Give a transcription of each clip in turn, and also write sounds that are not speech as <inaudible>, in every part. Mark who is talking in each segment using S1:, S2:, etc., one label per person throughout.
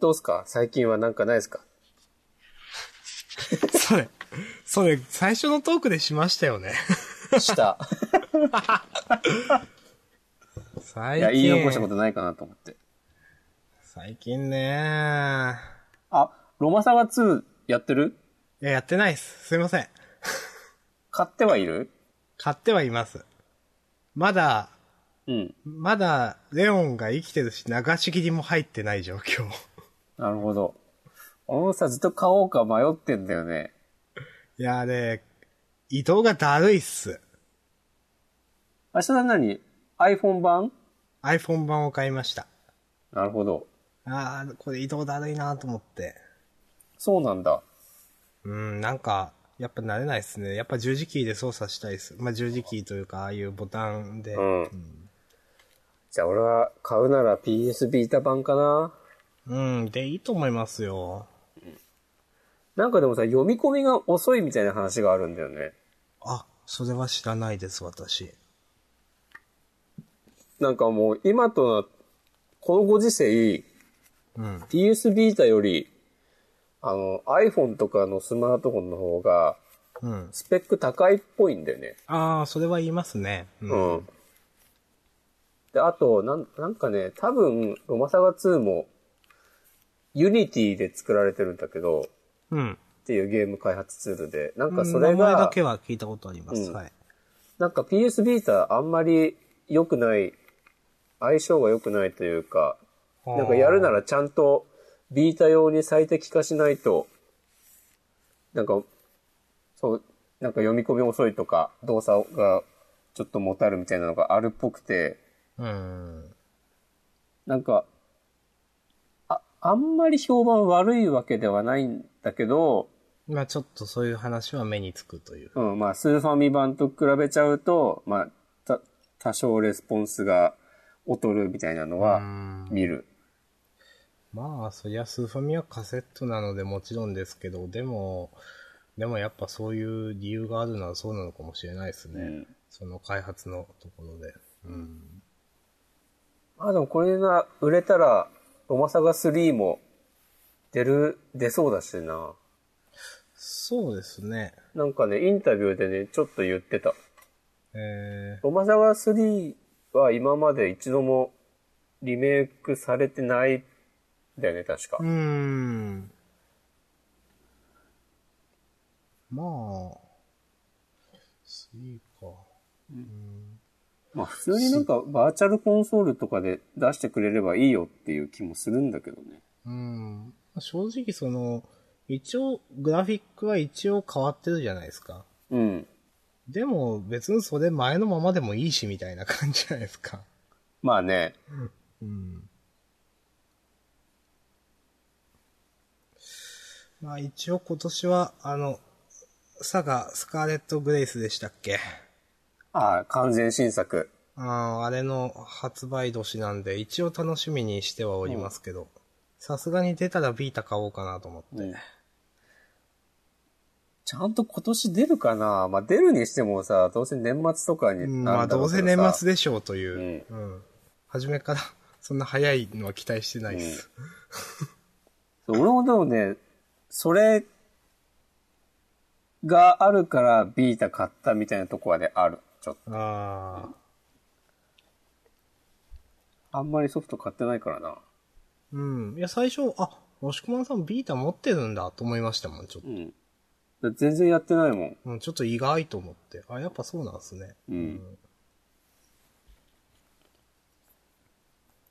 S1: どうすか最近はなんかないですか
S2: それ、それ、最初のトークでしましたよね。
S1: した。い
S2: 最
S1: や、
S2: 近。
S1: 言い残したことないかなと思って。
S2: 最近ね
S1: あ、ロマサガ2やってる
S2: いや、やってないっす。すいません。
S1: 買ってはいる
S2: 買ってはいます。まだ、
S1: うん。
S2: まだ、レオンが生きてるし、流し切りも入ってない状況。
S1: なるほど。俺もさ、ずっと買おうか迷ってんだよね。
S2: いやね、移動がだるいっす。
S1: 明日さん何 ?iPhone 版
S2: iPhone 版を買いました。
S1: なるほど。
S2: あー、これ移動だるいなと思って。
S1: そうなんだ。
S2: うん、なんか、やっぱ慣れないっすね。やっぱ十字キーで操作したいっす。まあ、十字キーというか、ああいうボタンで。
S1: うん。じゃあ俺は買うなら PS ビータ版かな
S2: うん、で、いいと思いますよ。
S1: なんかでもさ、読み込みが遅いみたいな話があるんだよね。
S2: あ、それは知らないです、私。
S1: なんかもう今とな、このご時世、
S2: うん。
S1: PS ビータより、あの、iPhone とかのスマートフォンの方が、
S2: うん。
S1: スペック高いっぽいんだよね。
S2: ああ、それは言いますね。う
S1: うん。で、あと、なん、なんかね、多分、ロマサガ2も、ユニティで作られてるんだけど、
S2: うん。
S1: っていうゲーム開発ツールで、なん
S2: う
S1: か
S2: ん
S1: それ
S2: 名前だ
S1: が、
S2: けは聞いたことあります。
S1: うん
S2: はい。
S1: なんか PS ビータあんまり良くない、相性が良くないというか、なんかやるならちゃんとビータ用に最適化しないと、なんか、そう、なんか読み込み遅いとか、動作がちょっともたるみたいなのがあるっぽくて、
S2: うん。
S1: なんか、あ、あんまり評判悪いわけではないんだけど、
S2: まあちょっとそういう話は目につくという。
S1: うん、まあ、スーファミ版と比べちゃうと、まあ、た、多少レスポンスが劣るみたいなの
S2: う
S1: は
S2: ん
S1: 見る。
S2: まあ、そりゃスーファミはカセットなのでもちろんですけど、でも、でもやっぱそういう理由があるならそうなのかもしれないですね。
S1: うん
S2: その開発のところで。うん。
S1: まあでもこれが売れたら、ロマサガ3も出る、出そうだしな。
S2: そうですね。
S1: なんかね、インタビューでね、ちょっと言ってた。
S2: え
S1: ロマサガ3は今まで一度もリメイクされてないんだよね、確か
S2: ー、う。ーん。まあ、3か。
S1: まあ普通になんかバーチャルコンソールとかで出してくれればいいよっていう気もするんだけどね。
S2: うん。まあ正直その、一応、グラフィックは一応変わってるじゃないですか。
S1: うん。
S2: でも別にそれ前のままでもいいしみたいな感じじゃないですか。
S1: まあね、
S2: うん。まあ一応今年は、あの、サガ、スカーレット・グレイスでしたっけ
S1: ああ、完全新作。
S2: あーあれの発売年なんで一応楽しみにしてはおりますけど、さすがに出たらビータ買おうかなと思って。
S1: ちゃんと今年出るかなまあ、出るにしてもさ、どうせ年末とかに
S2: うんま
S1: な
S2: あ
S1: んだ
S2: ど
S1: ろ
S2: う
S1: け
S2: せ
S1: さ
S2: 年末でしょうという。うん。初めから <laughs> そんな早いのは期待してないです。
S1: そう俺もでもね、それがあるからビータ買ったみたいなとこはね、ある。ちょっと。
S2: ああ。
S1: あんまりソフト買ってないからな。
S2: うん。いや、最初、あ、もしくまんさんビータ持ってるんだと思いましたもん、ちょっと。
S1: うん。だ全然やってないもん。
S2: うん、ちょっと意外と思って。あ、やっぱそうなんですね。
S1: うん。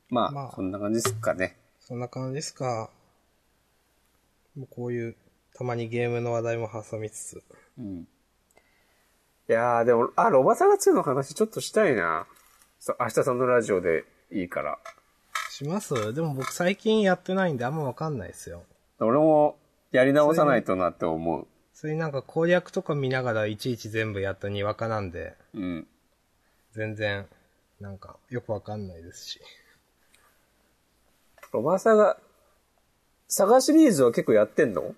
S1: まあ、
S2: まあ
S1: そんな感じですかね。
S2: そんな感じですか。もうこういう、たまにゲームの話題も挟みつつ。
S1: うん。いやー、でも、あ、ロバサガ2の話ちょっとしたいな。そう、明日さんのラジオでいいから。
S2: しますでも僕最近やってないんであんまわかんないですよ。
S1: 俺もやり直さないとなって思う。
S2: それになんか攻略とか見ながらいちいち全部やったにわかなんで、
S1: うん。
S2: 全然、なんかよくわかんないですし。
S1: ロバサガ、サガシリーズは結構やってんの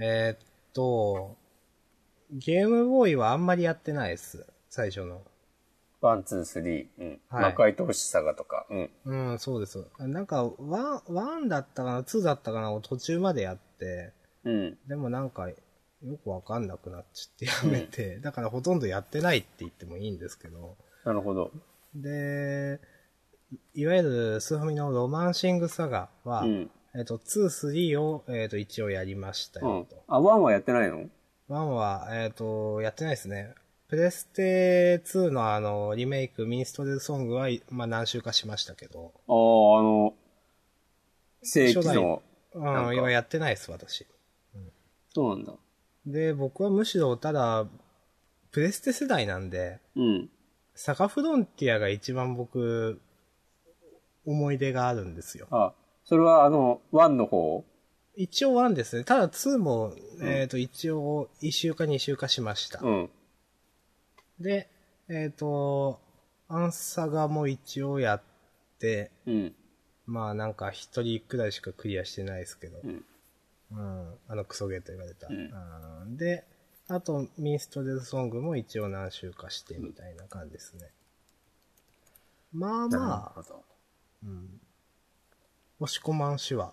S2: えーっと、ゲームボーイはあんまりやってないです。最初の。
S1: ワン、ツー、スリー。うん。
S2: はい
S1: 魔界投資サガとか。うん。
S2: うん、そうです。なんか、ワン、ワンだったかな、ツーだったかなを途中までやって、
S1: うん。
S2: でもなんか、よくわかんなくなっちゃってやめて、だからほとんどやってないって言ってもいいんですけど、
S1: なるほど。
S2: で、いわゆるスーファミのロマンシングサガは、
S1: うん。
S2: えっと、2、3を、えっと、一応やりました
S1: うん
S2: よと。。
S1: あ、ワンはやってないの
S2: 1は、えっと、やってないですね。プレステ2のあの、リメイク、ミンストレルソングは、まあ何週かしましたけど、
S1: ああ、あの、正規
S2: 初代
S1: の。
S2: うん
S1: なんか、
S2: 今やってないです、私。
S1: そうなんだ。
S2: で、僕はむしろ、ただ、プレステ世代なんで、
S1: うん。
S2: サガフロンティアが一番僕、思い出があるんですよ。
S1: あ、それはあの、ワンの方
S2: 一応1ですね。ただ2も、
S1: ん
S2: えっ、と、一応1週か2週かしました。
S1: うん。
S2: で、えっ、と、アンサガも一応やって、
S1: うん。
S2: まあなんか一人くらいしかクリアしてないですけど、
S1: うん。
S2: うん、あのクソゲーと言われた。
S1: ん
S2: うんで、あとミンストレルソングも一応何週かしてみたいな感じですね。まあまあ、
S1: ど。
S2: うん。押し込まん手話。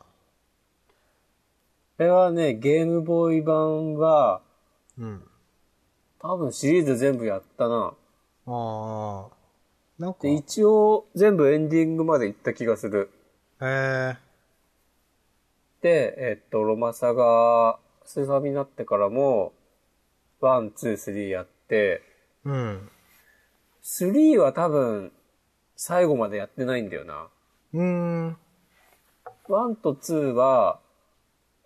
S1: これはね、ゲームボーイ版は、
S2: うん。
S1: 多分シリーズ全部やったな。
S2: ああ。なんか、
S1: で、
S2: へ
S1: 一応全部エンディングまで行った気がする。
S2: え。
S1: で、えっと、ロマサがスーファミになってからも、ワン、ツー、スリーやって、
S2: うん。
S1: スリーは多分、最後までやってないんだよな。
S2: うーん。
S1: ワンとツーは、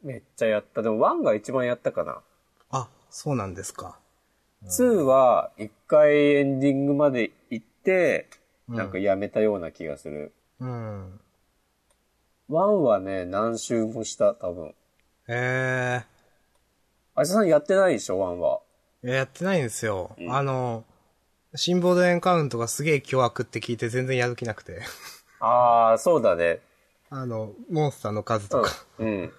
S1: めっちゃやった。でもワンが一番やったかな。
S2: あ、そうなんですか。
S1: ツーは、一回エンディングまで行って、なんかやめたような気がする。
S2: うん。
S1: ワンはね、何周もした、多分。
S2: へえ。
S1: あいささんやってないでしょ、ワンは。
S2: いややってないんですよ。あの、辛抱ドエンカウントがすげえ凶悪って聞いて全然やる気なくて。 <laughs>
S1: ああ、そうだね。
S2: あの、モンスターの数とか。
S1: うん。うん。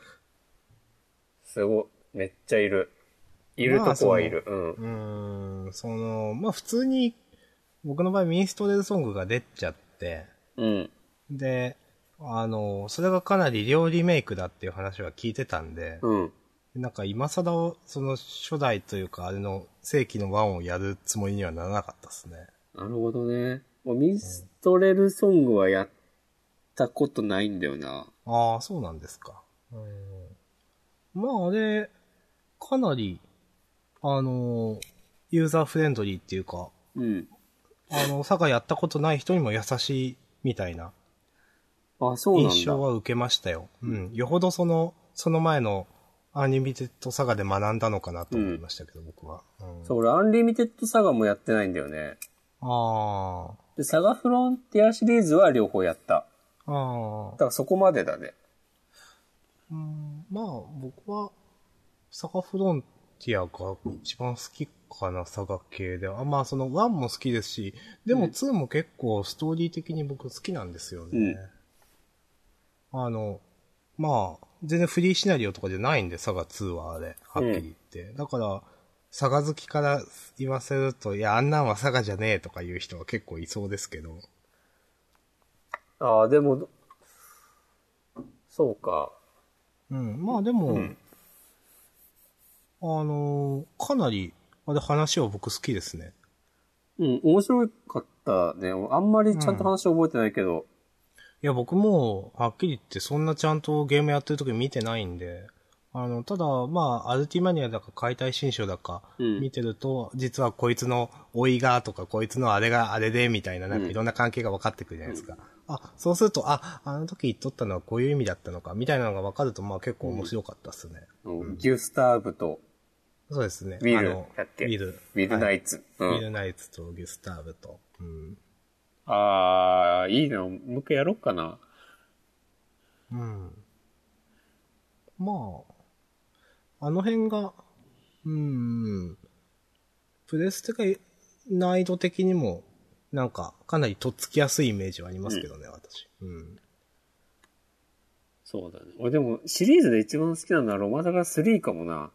S1: すごい。めっちゃいる。いるとこはいる。うん。
S2: うーん、その、まあ普通に、僕の場合ミンストレルソングが出ちゃって、
S1: うん。
S2: で、あの、それがかなり料理メイクだっていう話は聞いてたんで、
S1: うん。
S2: なんか今更を、その初代というか、あれの正規のワンをやるつもりにはならなかったですね。
S1: なるほどね。もうミストレルソングはやったことないんだよな。
S2: ああ、そうなんですか。うん、まああれ、かなり、あの、ユーザーフレンドリーっていうか、
S1: うん。
S2: あの、佐賀やったことない人にも優しいみたいな
S1: あ、そうなんだ。
S2: 印象は受けましたよ。うん。よほどその、その前のアニメテッド佐賀で学んだのかなと思いましたけど、僕は。うん、
S1: そう、俺、アンリミテッドサガもやってないんだよね。
S2: あ
S1: で、サガフロンティアシリーズは両方やった。
S2: あ。あ
S1: だ
S2: あ。
S1: からそこまでだね。
S2: うん、まあ、僕は、佐賀フロンティアが一番好きかな、佐賀系で。あまあ、その1も好きですし、でも2も結構ストーリー的に僕好きなんですよね。あの、まあ、全然フリーシナリオとかじゃないんで、佐賀2はあれ、はっきり言って。だから、佐賀好きから言わせると、いや、あんなんは佐賀じゃねえとか言う人は結構いそうですけど。
S1: ああ、でも、そうか。
S2: うん、まあでも、あのーかなり、あれ話は僕好きですね。
S1: うん、面白かったね。あんまりちゃんと話覚えてないけど。
S2: いや、僕も、はっきり言って、そんなちゃんとゲームやってる時見てないんで、あの、ただ、まあ、アルティマニアだか解体新書だか、
S1: うん
S2: 見てると、実はこいつの老いがとか、こいつのあれがあれで、みたいな、なん
S1: う
S2: か
S1: ん
S2: いろんな関係が分かってくるじゃないですか。あ、そうすると、あ、あの時言っとったのはこういう意味だったのか、みたいなのが分かると、まあ結構面白かったっすね。
S1: ギュスターブと
S2: そうですね。
S1: ウィ
S2: あ
S1: ル
S2: の
S1: だっけ
S2: ウィル。
S1: ウィルナイツ。
S2: ウィ
S1: うん。
S2: ルナイツとギュスターブと。うん。
S1: ああ、いいな。もう一回やろうかな。
S2: うん。まあ、あの辺が、うん、プレステが難易度的にも、なんか、かなりとっつきやすいイメージはありますけどね、私。うん。
S1: そうだね。俺でも、シリーズで一番好きなのはロマサガ3かもな。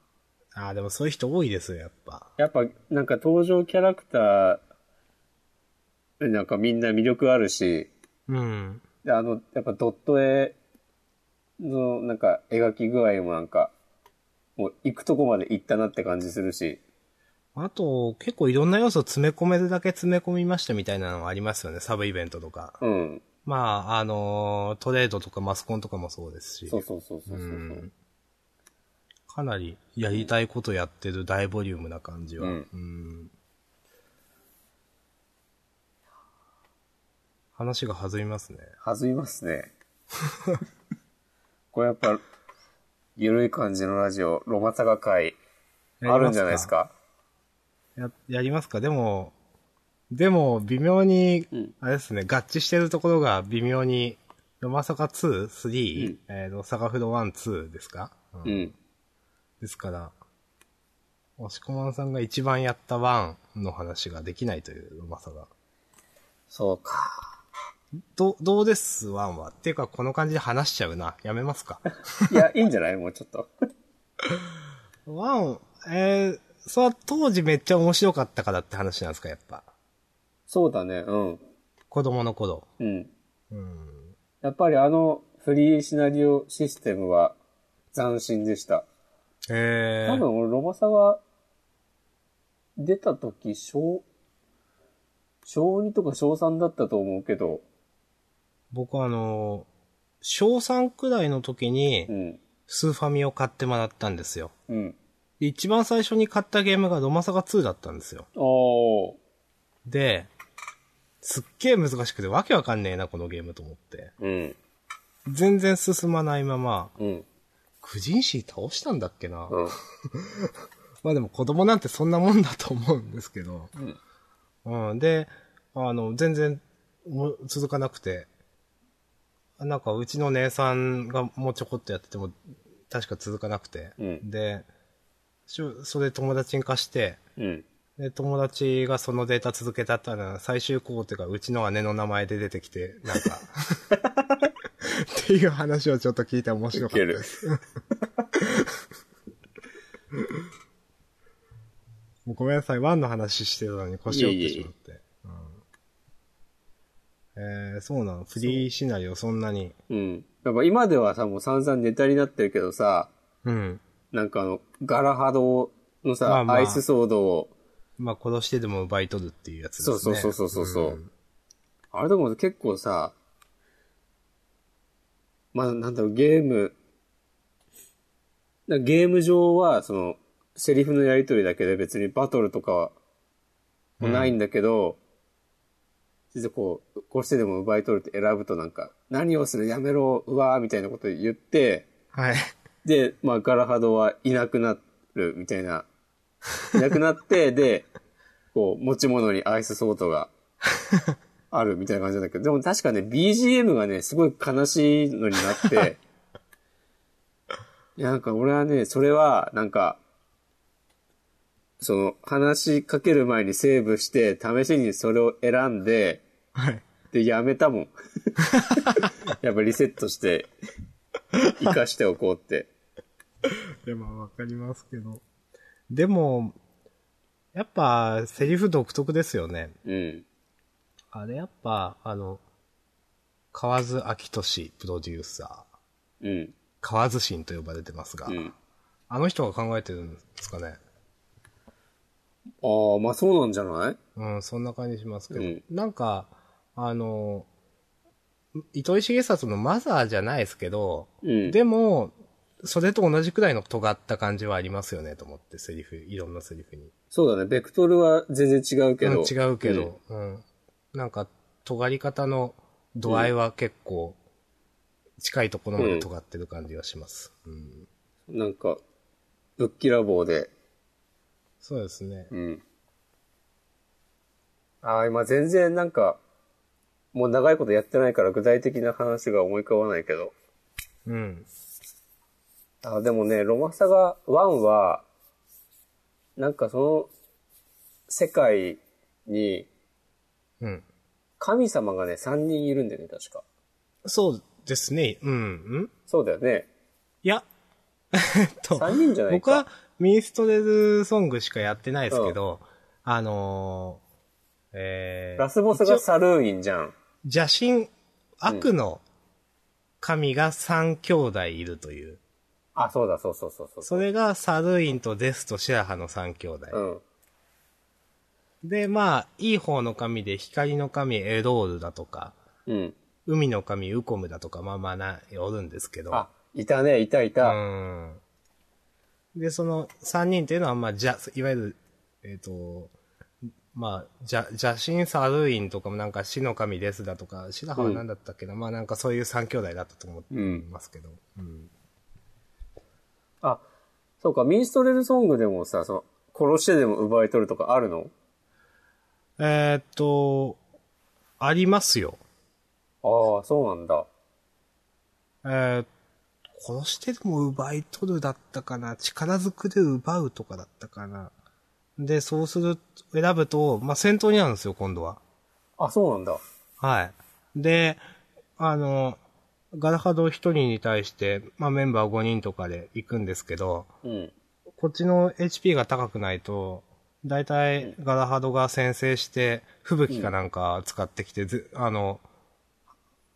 S2: ああ、でもそういう人多いですよ、やっぱ。
S1: やっぱ、なんか登場キャラクターなんかみんな魅力あるし、
S2: うん。
S1: であの、やっぱドット絵のなんか描き具合もなんか、もう行くとこまで行ったなって感じするし、
S2: あと、結構いろんな要素詰め込めるだけ詰め込みましたみたいなのはありますよね。サブイベントとか。
S1: うん。
S2: まあ、あのートレードとかマスコンとかもそうですし。
S1: そうそうそうそうそうう。
S2: んかなりやりたいことやってる大ボリュームな感じは。
S1: うん
S2: うん話が弾みますね。
S1: 弾みますね。 <laughs> これやっぱ、ゆるい感じのラジオ、ロマタガ会、あるんじゃないですか。
S2: や、やりますかでも、でも、微妙に、
S1: ん
S2: あれですね、合致してるところが微妙に、ロマサカ 2?3?、えっ、と、サガフロ1、2ですか、うん
S1: うん。
S2: ですから、押しこまんさんが一番やった1の話ができないという、ロマサガ。
S1: そうか。
S2: ど、どうです、1は。っていうか、この感じで話しちゃうな。やめます <laughs> か。
S1: いや、いいんじゃないもうちょっと。
S2: 1、えー、それは当時めっちゃ面白かったからって話なんですか、やっぱ。
S1: そうだね、うん。
S2: 子供の頃。
S1: うん。
S2: うん。
S1: やっぱりあのフリーシナリオシステムは斬新でした。
S2: えー。
S1: 多分俺ロマサが出た時小、小2とか小3だったと思うけど、
S2: 僕はあの、小3くらいの時に
S1: う、ん、
S2: スーファミを買ってもらったんですよ。
S1: うん。
S2: で一番最初に買ったゲームがロマサガ2だったんですよ。
S1: おー、
S2: で、すっげえ難しくてわけわかんねえな、このゲームと思って。
S1: うん、
S2: 全然進まないまま、
S1: うん、
S2: クジンシー倒したんだっけな。
S1: うん。
S2: まあでも子供なんてそんなもんだと思うんですけど。
S1: ん
S2: うん。で、あの、全然も続かなくて。なんかうちの姉さんがもうちょこっとやってても、確か続かなくて。
S1: うん
S2: で、しょそれで友達に貸して、
S1: うん。
S2: で、友達がそのデータ続けたったら、最終工程がうちの姉の名前で出てきて、なんか、っていう話をちょっと聞いて面白
S1: い
S2: かっ
S1: け
S2: た
S1: る
S2: で。す。もうごめんなさい、ワンの話してたのに腰折ってしまって。うんえー、そうなの。フリーシナリオそんなに。
S1: うん。やっぱ今ではさ、もう散々ネタになってるけどさ、
S2: うん。
S1: なんかあの、ガラハドのさ、
S2: まあまあ
S1: アイスソードを、
S2: まあ、殺してでも奪い取るっていうやつです
S1: そ
S2: ね。
S1: うそうそうそうそうそう、
S2: ん
S1: あれとかも結構さ、まあなんだろう、ゲーム、なゲーム上は、その、セリフのやりとりだけで別にバトルとかは、
S2: うん
S1: ないんだけど、実はこう、こうしてでも奪い取るって選ぶとなんか、何をするやめろ、うわーみたいなこと言って、
S2: はい。 <laughs>
S1: で、まあ、ガラハドはいなくなるみたいな。いなくなって、 <laughs> で、こう、持ち物にアイスソートがあるみたいな感じなんだけど、でも確かね、BGM がね、すごい悲しいのになって、いやなんか俺はね、それは、なんか、その、話しかける前にセーブして、試しにそれを選んで、
S2: はい。
S1: で、やめたもん。 <laughs> やっぱリセットして、活かしておこうって。
S2: でもわかりますけど。でも、やっぱ、セリフ独特ですよね。
S1: うん。
S2: あれやっぱ、あの、河津明俊プロデューサー、
S1: うん。
S2: 河津神と呼ばれてますが、
S1: うん。
S2: あの人が考えてるんですかね。
S1: ああ、まあそうなんじゃない
S2: うん、そんな感じしますけど、
S1: うん
S2: なんか、あの、糸井重里のマザーじゃないですけど、
S1: うん。
S2: でも、それと同じくらいの尖った感じはありますよね、と思って、セリフ、いろんなセリフに。
S1: そうだね。ベクトルは全然違うけど。
S2: うん違うけど、うんなんか、尖り方の度合いは結構、近いところまで尖ってる感じがします。うん
S1: うん。なんか、ぶっきらぼうで。
S2: そうですね。
S1: うん。ああ、今全然なんか、もう長いことやってないから具体的な話が思い浮かばないけど。
S2: うん。
S1: あーでもね、ロマサガ1は、なんかその世界に
S2: うん。
S1: 神様がね、3人いるんだよね、確か。
S2: そうですね。うん。うん
S1: そうだよね。
S2: いや、 <laughs> えっと、
S1: 3人じゃないか。
S2: 僕はミンストレルソングしかやってないですけど、あのーえー
S1: ラスボスが
S2: 一応
S1: サルーインじゃん。
S2: 邪神、悪の神が三兄弟いるという。
S1: あ、そうだ、そうそうそうそう。
S2: それがサルインとデスとシラハの三兄弟。
S1: うん。
S2: で、まあ、いい方の神で光の神エロールだとか、
S1: うん。
S2: 海の神ウコムだとか、まあまあな、おるんですけど。
S1: あ、いたね、いたいうた。
S2: ん。で、その三人っていうのは、まあ、じゃ、いわゆる、えっ、と、まあ、じゃ、邪神サルインとかもなんか死の神ですだとか、シラハは何だったっけな、まあなんかそういう三兄弟だったと思ってますけど。うん。
S1: あ、そうか、ミンストレルソングでもさ、その、殺してでも奪い取るとかあるの
S2: えーっと、ありますよ。
S1: ああ、そうなんだ。
S2: えー殺してでも奪い取るだったかな力ずくで奪うとかだったかなで、そうする、選ぶと、まあ、戦闘になるんですよ、今度は。
S1: あ、そうなんだ。
S2: はい。で、あの、ガラハド1人に対して、まあ、メンバー5人とかで行くんですけど、
S1: うん。
S2: こっちの HP が高くないと、だいたいガラハドが先制して、吹雪かなんか使ってきて、ずあの、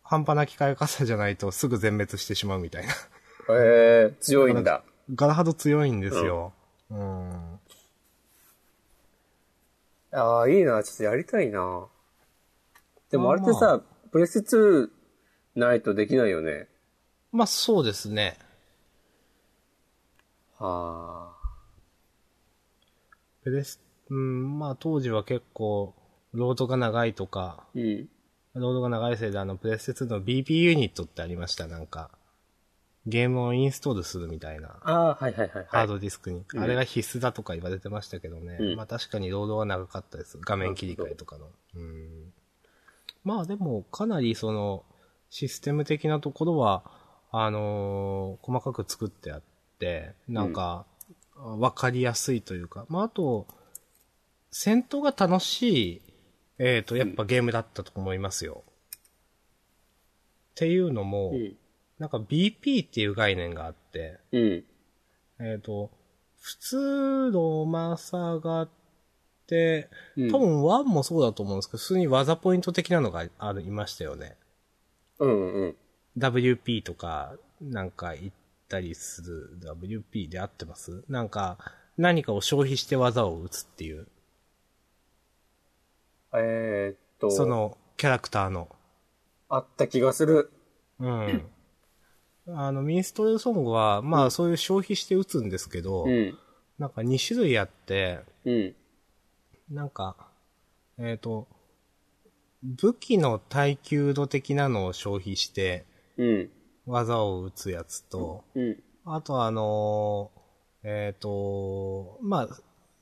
S2: 半端な機械傘じゃないとすぐ全滅してしまうみたいな。 <laughs>
S1: へえ、強いんだ。
S2: ガラハド強いんですよ。うん。
S1: ああ、いいな、ちょっとやりたいな。でもあれって
S2: まあ
S1: さ、プレステ2ないとできないよね。
S2: まあそうですね。
S1: はあ。
S2: プレス、うん、まあ当時は結構、ロードが長いとか、
S1: うん。
S2: ロードが長いせいであのプレステ2の BP ユニットってありました、なんか。ゲームをインストールするみたいな。
S1: ああ、はいはいはい、は
S2: ハ
S1: い。
S2: ードディスクに。
S1: うん
S2: あれが必須だとか言われてましたけどね。
S1: うん
S2: まあ確かにロードは長かったです。画面切り替えとかの。うん。まあでも、かなりその、システム的なところは、あのー細かく作ってあって、なんか、わかりやすいというか。まああと、戦闘が楽しい、えっ、と、やっぱゲームだったと思いますよ。っていうのも、
S1: うん。
S2: なんか BP っていう概念があって、
S1: うん。
S2: えっ、と、普通のマサガって、
S1: うん
S2: 多分1もそうだと思うんですけど、普通に技ポイント的なのがありましたよね。
S1: うんうん。
S2: WP とか、なんか言ったりする、WP で合ってますなんか、何かを消費して技を打つっていう、
S1: えーっと、
S2: そのキャラクターの。
S1: あった気がする。
S2: うん。あの、ミンストレルソングは、まあそういう消費して打つんですけど、
S1: うん。
S2: なんか2種類あって、
S1: うん。
S2: なんか、えっ、と、武器の耐久度的なのを消費して
S1: うん。
S2: 技を打つやつと、
S1: うん。
S2: あとあのーえっ、と、まあ、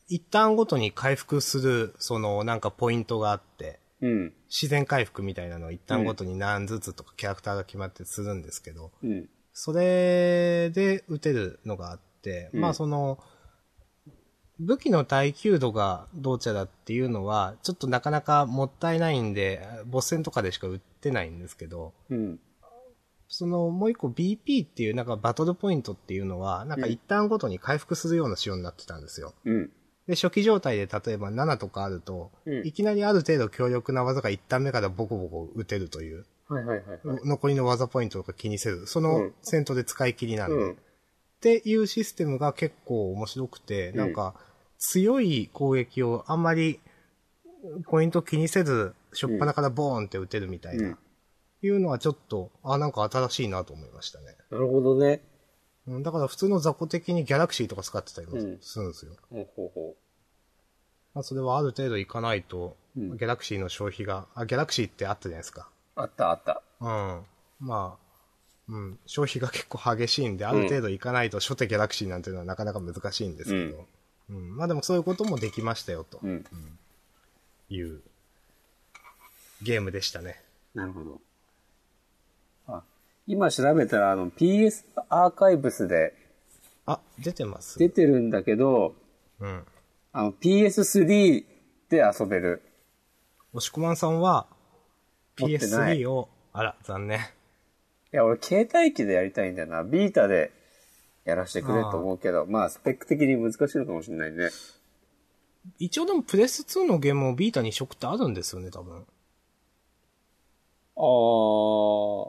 S2: 一旦ごとに回復する、そのなんかポイントがあって、
S1: うん。
S2: 自然回復みたいなのを一旦ごとに何ずつとかキャラクターが決まってするんですけど、
S1: うん。
S2: それで撃てるのがあって、
S1: うん
S2: まあその、武器の耐久度がどうちゃだっていうのは、ちょっとなかなかもったいないんで、ボス戦とかでしか売ってないんですけど、
S1: うん。
S2: そのもう一個 BP っていうなんかバトルポイントっていうのは、なんか一旦ごとに回復するような仕様になってたんですよ。
S1: うん。
S2: で、初期状態で例えば7とかあると、
S1: うん
S2: いきなりある程度強力な技が一旦目からボコボコ打てるという、
S1: はいはいはいはい。
S2: 残りの技ポイントとか気にせず、そうの
S1: ん
S2: 戦闘で使い切りなんで、
S1: うん。
S2: っていうシステムが結構面白くて、
S1: ん
S2: なんか強い攻撃をあんまりポイント気にせず、しょっぱなからボーンって打てるみたいな、
S1: うん
S2: いうのはちょっと、あ、なんか新しいなと思いましたね。
S1: なるほどね。
S2: うんだから普通の雑魚的にギャラクシーとか使ってたりも
S1: うん
S2: するんですよ。
S1: ほうほうほ
S2: まあそれはある程度いかないと、
S1: うん
S2: ギャラクシーの消費が、あ、ギャラクシーってあったじゃないですか。
S1: う。あったあった。
S2: うん。まあ、うん。消費が結構激しいんで、ある程度いかないと初手ギャラクシーなんていうのはなかなか難しいんですけど。うん。まあでもそういうこともできましたよ、と
S1: うん。
S2: いうゲームでしたね。
S1: なるほど。あ、今調べたら、あの、PS アーカイブスで
S2: あ、出てます。
S1: 出てるんだけど、
S2: うん。
S1: あの、PS3 で遊べる。
S2: 押しこまんさんは
S1: 持ってない
S2: PS3 を、あら、残念。
S1: いや、俺、携帯機でやりたいんだよな。ビータでやらせてくれと思うけど、まあ、スペック的に難しいのかもしれないね。
S2: 一応でもプレス2のゲームもビータに移植ってあるんですよね、多分。
S3: あ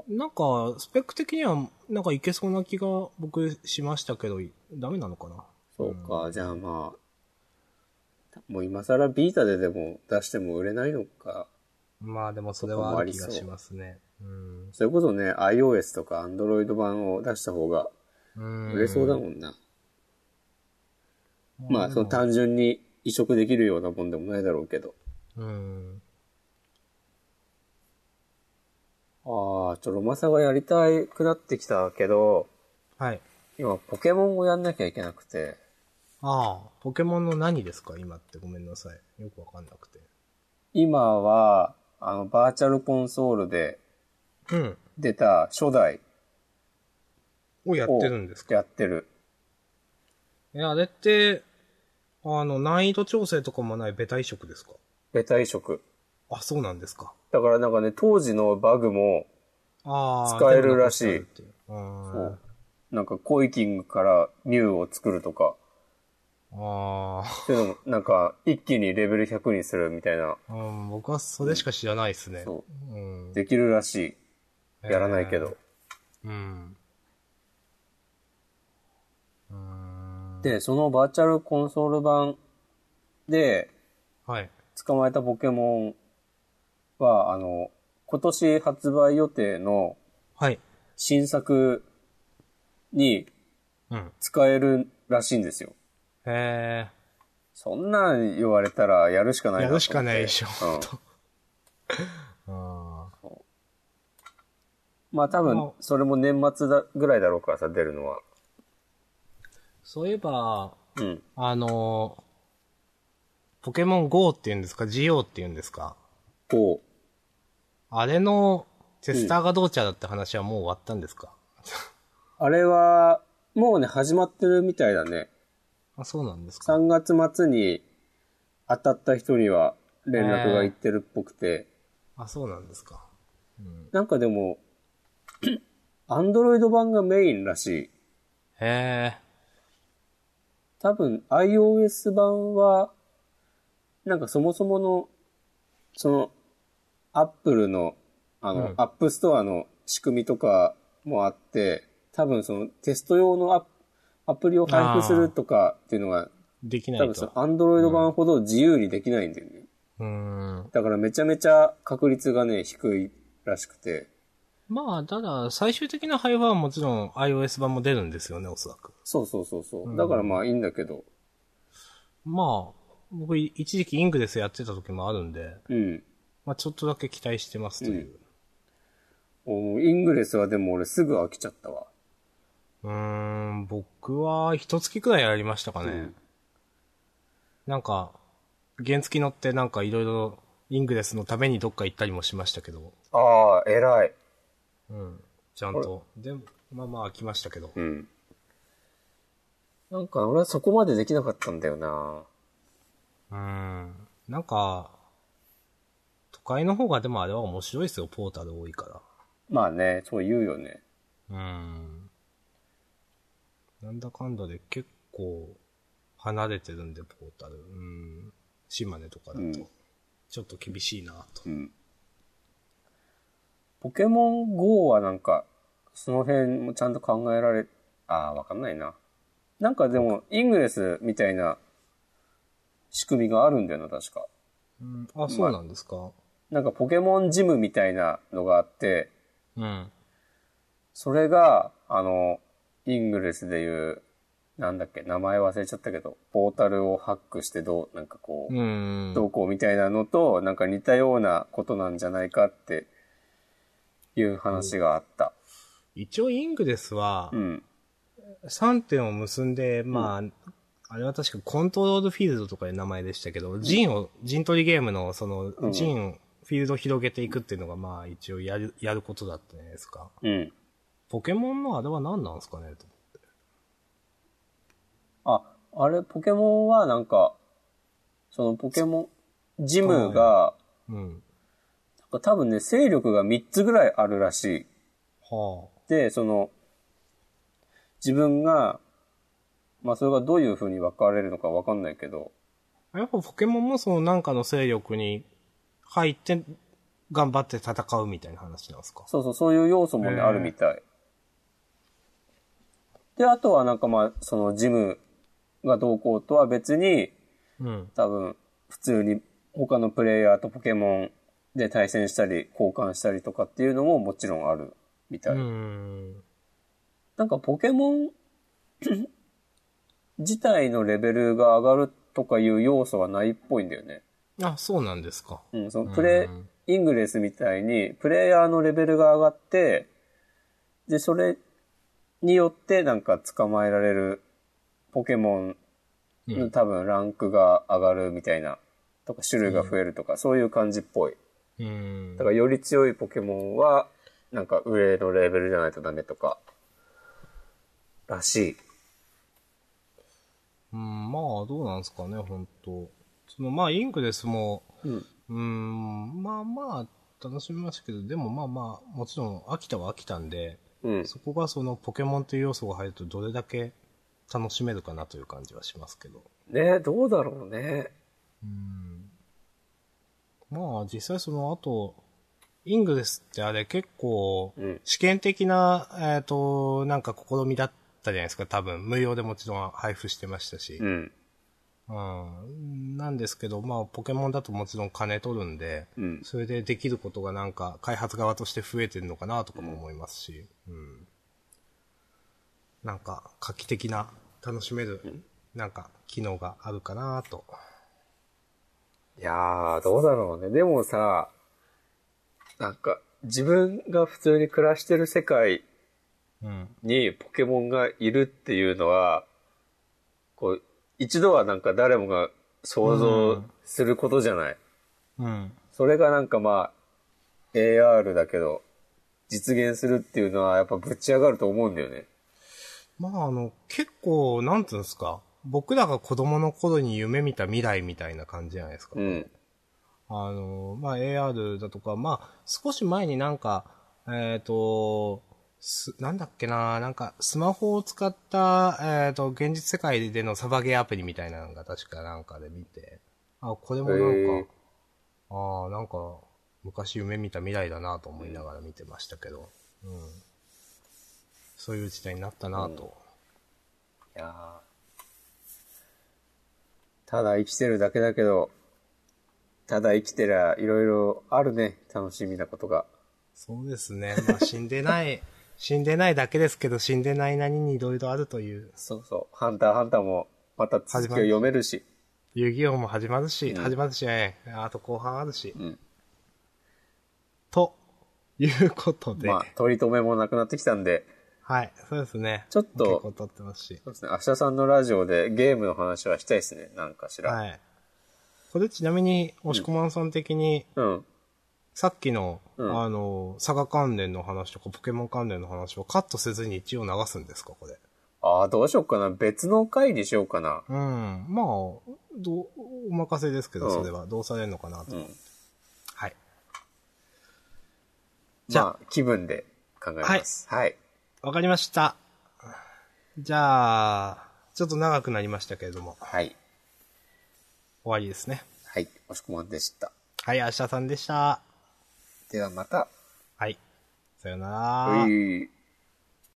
S3: ー。
S2: なんか、スペック的には、なんかいけそうな気が僕しましたけど、ダメなのかな
S1: そうか、じゃあまあ、もう今更ビータででも出しても売れないのか。
S2: まあでもそれはある気がしますね。うん。
S1: それこそね、iOS とか Android 版を出した方が
S2: うん
S1: 売れそうだもんな。まあ、その単純に移植できるようなもんでもないだろうけど。
S2: うん。
S1: ああ、ちょ、ロマサがやりたいくなってきたけど、
S2: はい。
S1: 今ポケモンをやんなきゃいけなくて、
S2: ああ、ポケモンの何ですか今ってごめんなさい。よくわかんなくて。
S1: 今は、あの、バーチャルコンソールで
S2: うん。
S1: 出た初代
S2: をやっ
S1: を
S2: てるんですか
S1: やってる。
S2: え、あれって、あの、難易度調整とかもないベタ移植ですか
S1: ベタ移植。
S2: あ、そうなんですか。
S1: だからなんかね、当時のバグも、
S2: ああ。
S1: 使えるらしい
S2: でも残してあるっていううん。
S1: なんかコイキングからニューを作るとか、
S2: ああ。
S1: そういうのも、なんか、一気にレベル100にするみたいな、
S2: うん、僕はそれしか知らないですね。
S1: そ
S2: うん。
S1: できるらしい。やらないけど。
S2: うん。うん。
S1: で、そのバーチャルコンソール版で
S2: はい。
S1: 捕まえたポケモンは、あの、今年発売予定の
S2: はい。
S1: 新作に
S2: うん。
S1: 使えるらしいんですよ。
S2: へえ。
S1: そんなん言われたらやるしかないな
S2: や
S1: と思
S2: る
S1: って
S2: しかないでしょ。
S1: うん
S2: と。ああ。
S1: まあ多
S2: ま
S1: 分
S2: あ、
S1: それも年末だぐらいだろうからさ、出るのは。
S2: そういえば、
S1: うん。
S2: あのーポケモン GO って言うんですか ?GO って言うんですか
S1: こ
S2: あれのテスターがどうちゃだって話はもう終わったんですか、
S1: う。あれは、もうね、始まってるみたいだね。
S2: あ、そうなんですか
S1: 3月末に当たった人には連絡がいってるっぽくて、
S2: あ、そうなんですか。
S1: なんかでも、 <clears throat> アンドロイド版がメインらしい。
S2: へえ。
S1: 多分 iOS 版は、なんかそもそもの、その、アップルの、あの、
S2: うん
S1: アップストアの仕組みとかもあって、多分そのテスト用のアプアプリを配布するとかっていうのが、
S2: できな
S1: 多
S2: い
S1: 分その
S2: と。
S1: アンドロイド版ほど自由にできないんだよね。
S2: うーん。
S1: だからめちゃめちゃ確率がね、低いらしくて。
S2: まあ、ただ、最終的な配布はもちろん iOS 版も出るんですよね、おそらく。
S1: そうそうそうそう。だからまあいいんだけど。
S2: まあ、僕、一時期イングレスやってた時もあるんで、
S1: うん。
S2: まあ、ちょっとだけ期待してますという。
S1: おイングレスはでも俺すぐ飽きちゃったわ。
S2: うーん、僕は一月くらいやりましたかね。
S1: うん
S2: なんか、原付き乗ってなんかいろいろイングレスのためにどっか行ったりもしましたけど、
S1: ああ、偉い。
S2: うん、ちゃんと。で、まあまあ飽きましたけど。
S1: うん。なんか俺はそこまでできなかったんだよな。
S2: うーん、なんか、都会の方がでもあれは面白いですよ、ポータル多いか
S1: まあね、そう言うよね。
S2: ら。うーん。なんだかんだで結構離れてるんで、ポータル。うん。島根とかだと、
S1: うん
S2: ちょっと厳しいなと。
S1: うん。ポケモン GO はなんか、その辺もちゃんと考えられ、ああ、わかんないな。なんかでも、イングレスみたいな仕組みがあるんだよな、確か。
S2: うん、あ、そうなんですか。
S1: なんかポケモンジムみたいなのがあって、
S2: うん。
S1: それが、あの、イングレスでいう、なんだっけ、名前忘れちゃったけど、ポータルをハックしてどう、なんかこう、
S2: うん。
S1: どうこうみたいなのと、なんか似たようなことなんじゃないかっていう話があった。
S2: 一応イングレスは
S1: う、ん。
S2: 3点を結んで、まあ、あれは確かコントロールフィールドとかいう名前でしたけど、陣を、陣取りゲームの、その、陣を、フィールドを広げていくっていうのが、まあ、一応やる、やることだったじゃないですか。
S1: うん。
S2: ポケモンのあれは何なんですかね、と。
S1: あ、あれ、ポケモンはなんか、そのポケモン、ジムが、
S2: うん。
S1: なんか多分ね、勢力が3つぐらいあるらしい。
S2: は
S1: で、その、自分が、まあそれがどういう風に分かれるのか分かんないけど、
S2: あ。やっぱポケモンもそのなんかの勢力に入って、頑張って戦うみたいな話なんですか
S1: そうそう、そういう要素もね、
S2: へー
S1: あるみたい。で、あとはなんかまあ、そのジムがどうこうとは別に、
S2: うん。
S1: 多分、普通に他のプレイヤーとポケモンで対戦したり、交換したりとかっていうのももちろんあるみた
S2: う
S1: い。
S2: ん。
S1: なんかポケモン <coughs> 自体のレベルが上がるとかいう要素はないっぽいんだよね。
S2: あ、そうなんですか。
S1: うん、そのプレ
S2: うん
S1: イ、イングレスみたいに、プレイヤーのレベルが上がって、で、それによってなんか捕まえられるポケモン
S2: う
S1: の
S2: ん。
S1: 多分ランクが上がるみたいな、とか種類が増えるとか、そういう感じっぽい。
S2: うん
S1: だからより強いポケモンは、なんか上のレベルじゃないとダメとか、らしい。
S2: うん、まあ、どうなんですかね、本当その、まあ、インクレスも、
S1: うん。
S2: うん、まあまあ、楽しみましたけど、でもまあまあ、もちろん、飽きたは飽きたんで、
S1: うん。
S2: そこがその、ポケモンという要素が入ると、どれだけ楽しめるかなという感じはしますけど。
S1: ねどうだろうね。
S2: うん。まあ、実際その、あと、イングレスってあれ結構
S1: うん、
S2: 試験的な、えっ、と、なんか試みだったじゃないですか、多分。無料でもちろん配布してましたし。
S1: うん。
S2: うんなんですけど、まあ、ポケモンだともちろん金取るんで、
S1: うん
S2: それでできることがなんか、開発側として増えてるのかなとかも思いますし、うん。なんか、画期的な、楽しめる、なんか、機能があるかなと。
S1: いやー、どうだろうね。でもさ、なんか、自分が普通に暮らしてる世界
S2: うん。
S1: にポケモンがいるっていうのは、こう、一度はなんか誰もが想像することじゃない。
S2: うん。
S1: それがなんかまあ、AR だけど、実現するっていうのはやっぱぶち上がると思うんだよね。
S2: まあ、あの、結構、なんていうんですか、僕らが子供の頃に夢見た未来みたいな感じじゃないですか。
S1: うん。
S2: あの、まあ、AR だとか、まあ、少し前になんか、えっ、と、す、なんだっけな、なんか、スマホを使った、えっ、と、現実世界でのサバゲーアプリみたいなのが確かなんかで見て、あ、これもなんか、
S1: へえ
S2: ああ、なんか、昔夢見た未来だなと思いながら見てましたけど、うん。そういう時代になったなと。
S1: いやーただ生きてるだけだけど、ただ生きてりゃいろいろあるね、楽しみなことが。
S2: そうですね。まあ、死んでない、 <laughs> 死んでないだけですけど、死んでないなりにいろいろあるという。
S1: そうそう。ハンターハンターもまた続きを読めるし。
S2: 遊戯王も始まるし、
S1: うん
S2: 始まるしね、あと後半あるし、
S1: うん。
S2: ということで、
S1: まあ、取り留めもなくなってきたんで、
S2: はい、そうですね。
S1: ちょっと
S2: 結構撮ってますし。
S1: そうですね、明日さんのラジオでゲームの話はしたいですね、なんかしら。
S2: はい。これちなみに、押し込まんさん的に、
S1: うん。
S2: さっきの、
S1: うん
S2: あの、佐賀関連の話とか、ポケモン関連の話はカットせずに一応流すんですか、これ。
S1: ああ、どうしようかな。別の回にしようかな。
S2: うん。まあ、どう、お任せですけど、
S1: うん
S2: それは。どうされるのかなと。
S1: うん。
S2: はい。じ
S1: じ
S2: ゃ
S1: ゃ
S2: あ
S1: あ、気分で考えます。はい。
S2: わかりました。じゃあ、ちょっと長くなりましたけれども、
S1: はい。
S2: 終わりですね。
S1: はい。おしくまんでした。
S2: はい、明日さんでした。
S1: ではまた。
S2: はい。さよなら。
S1: うい。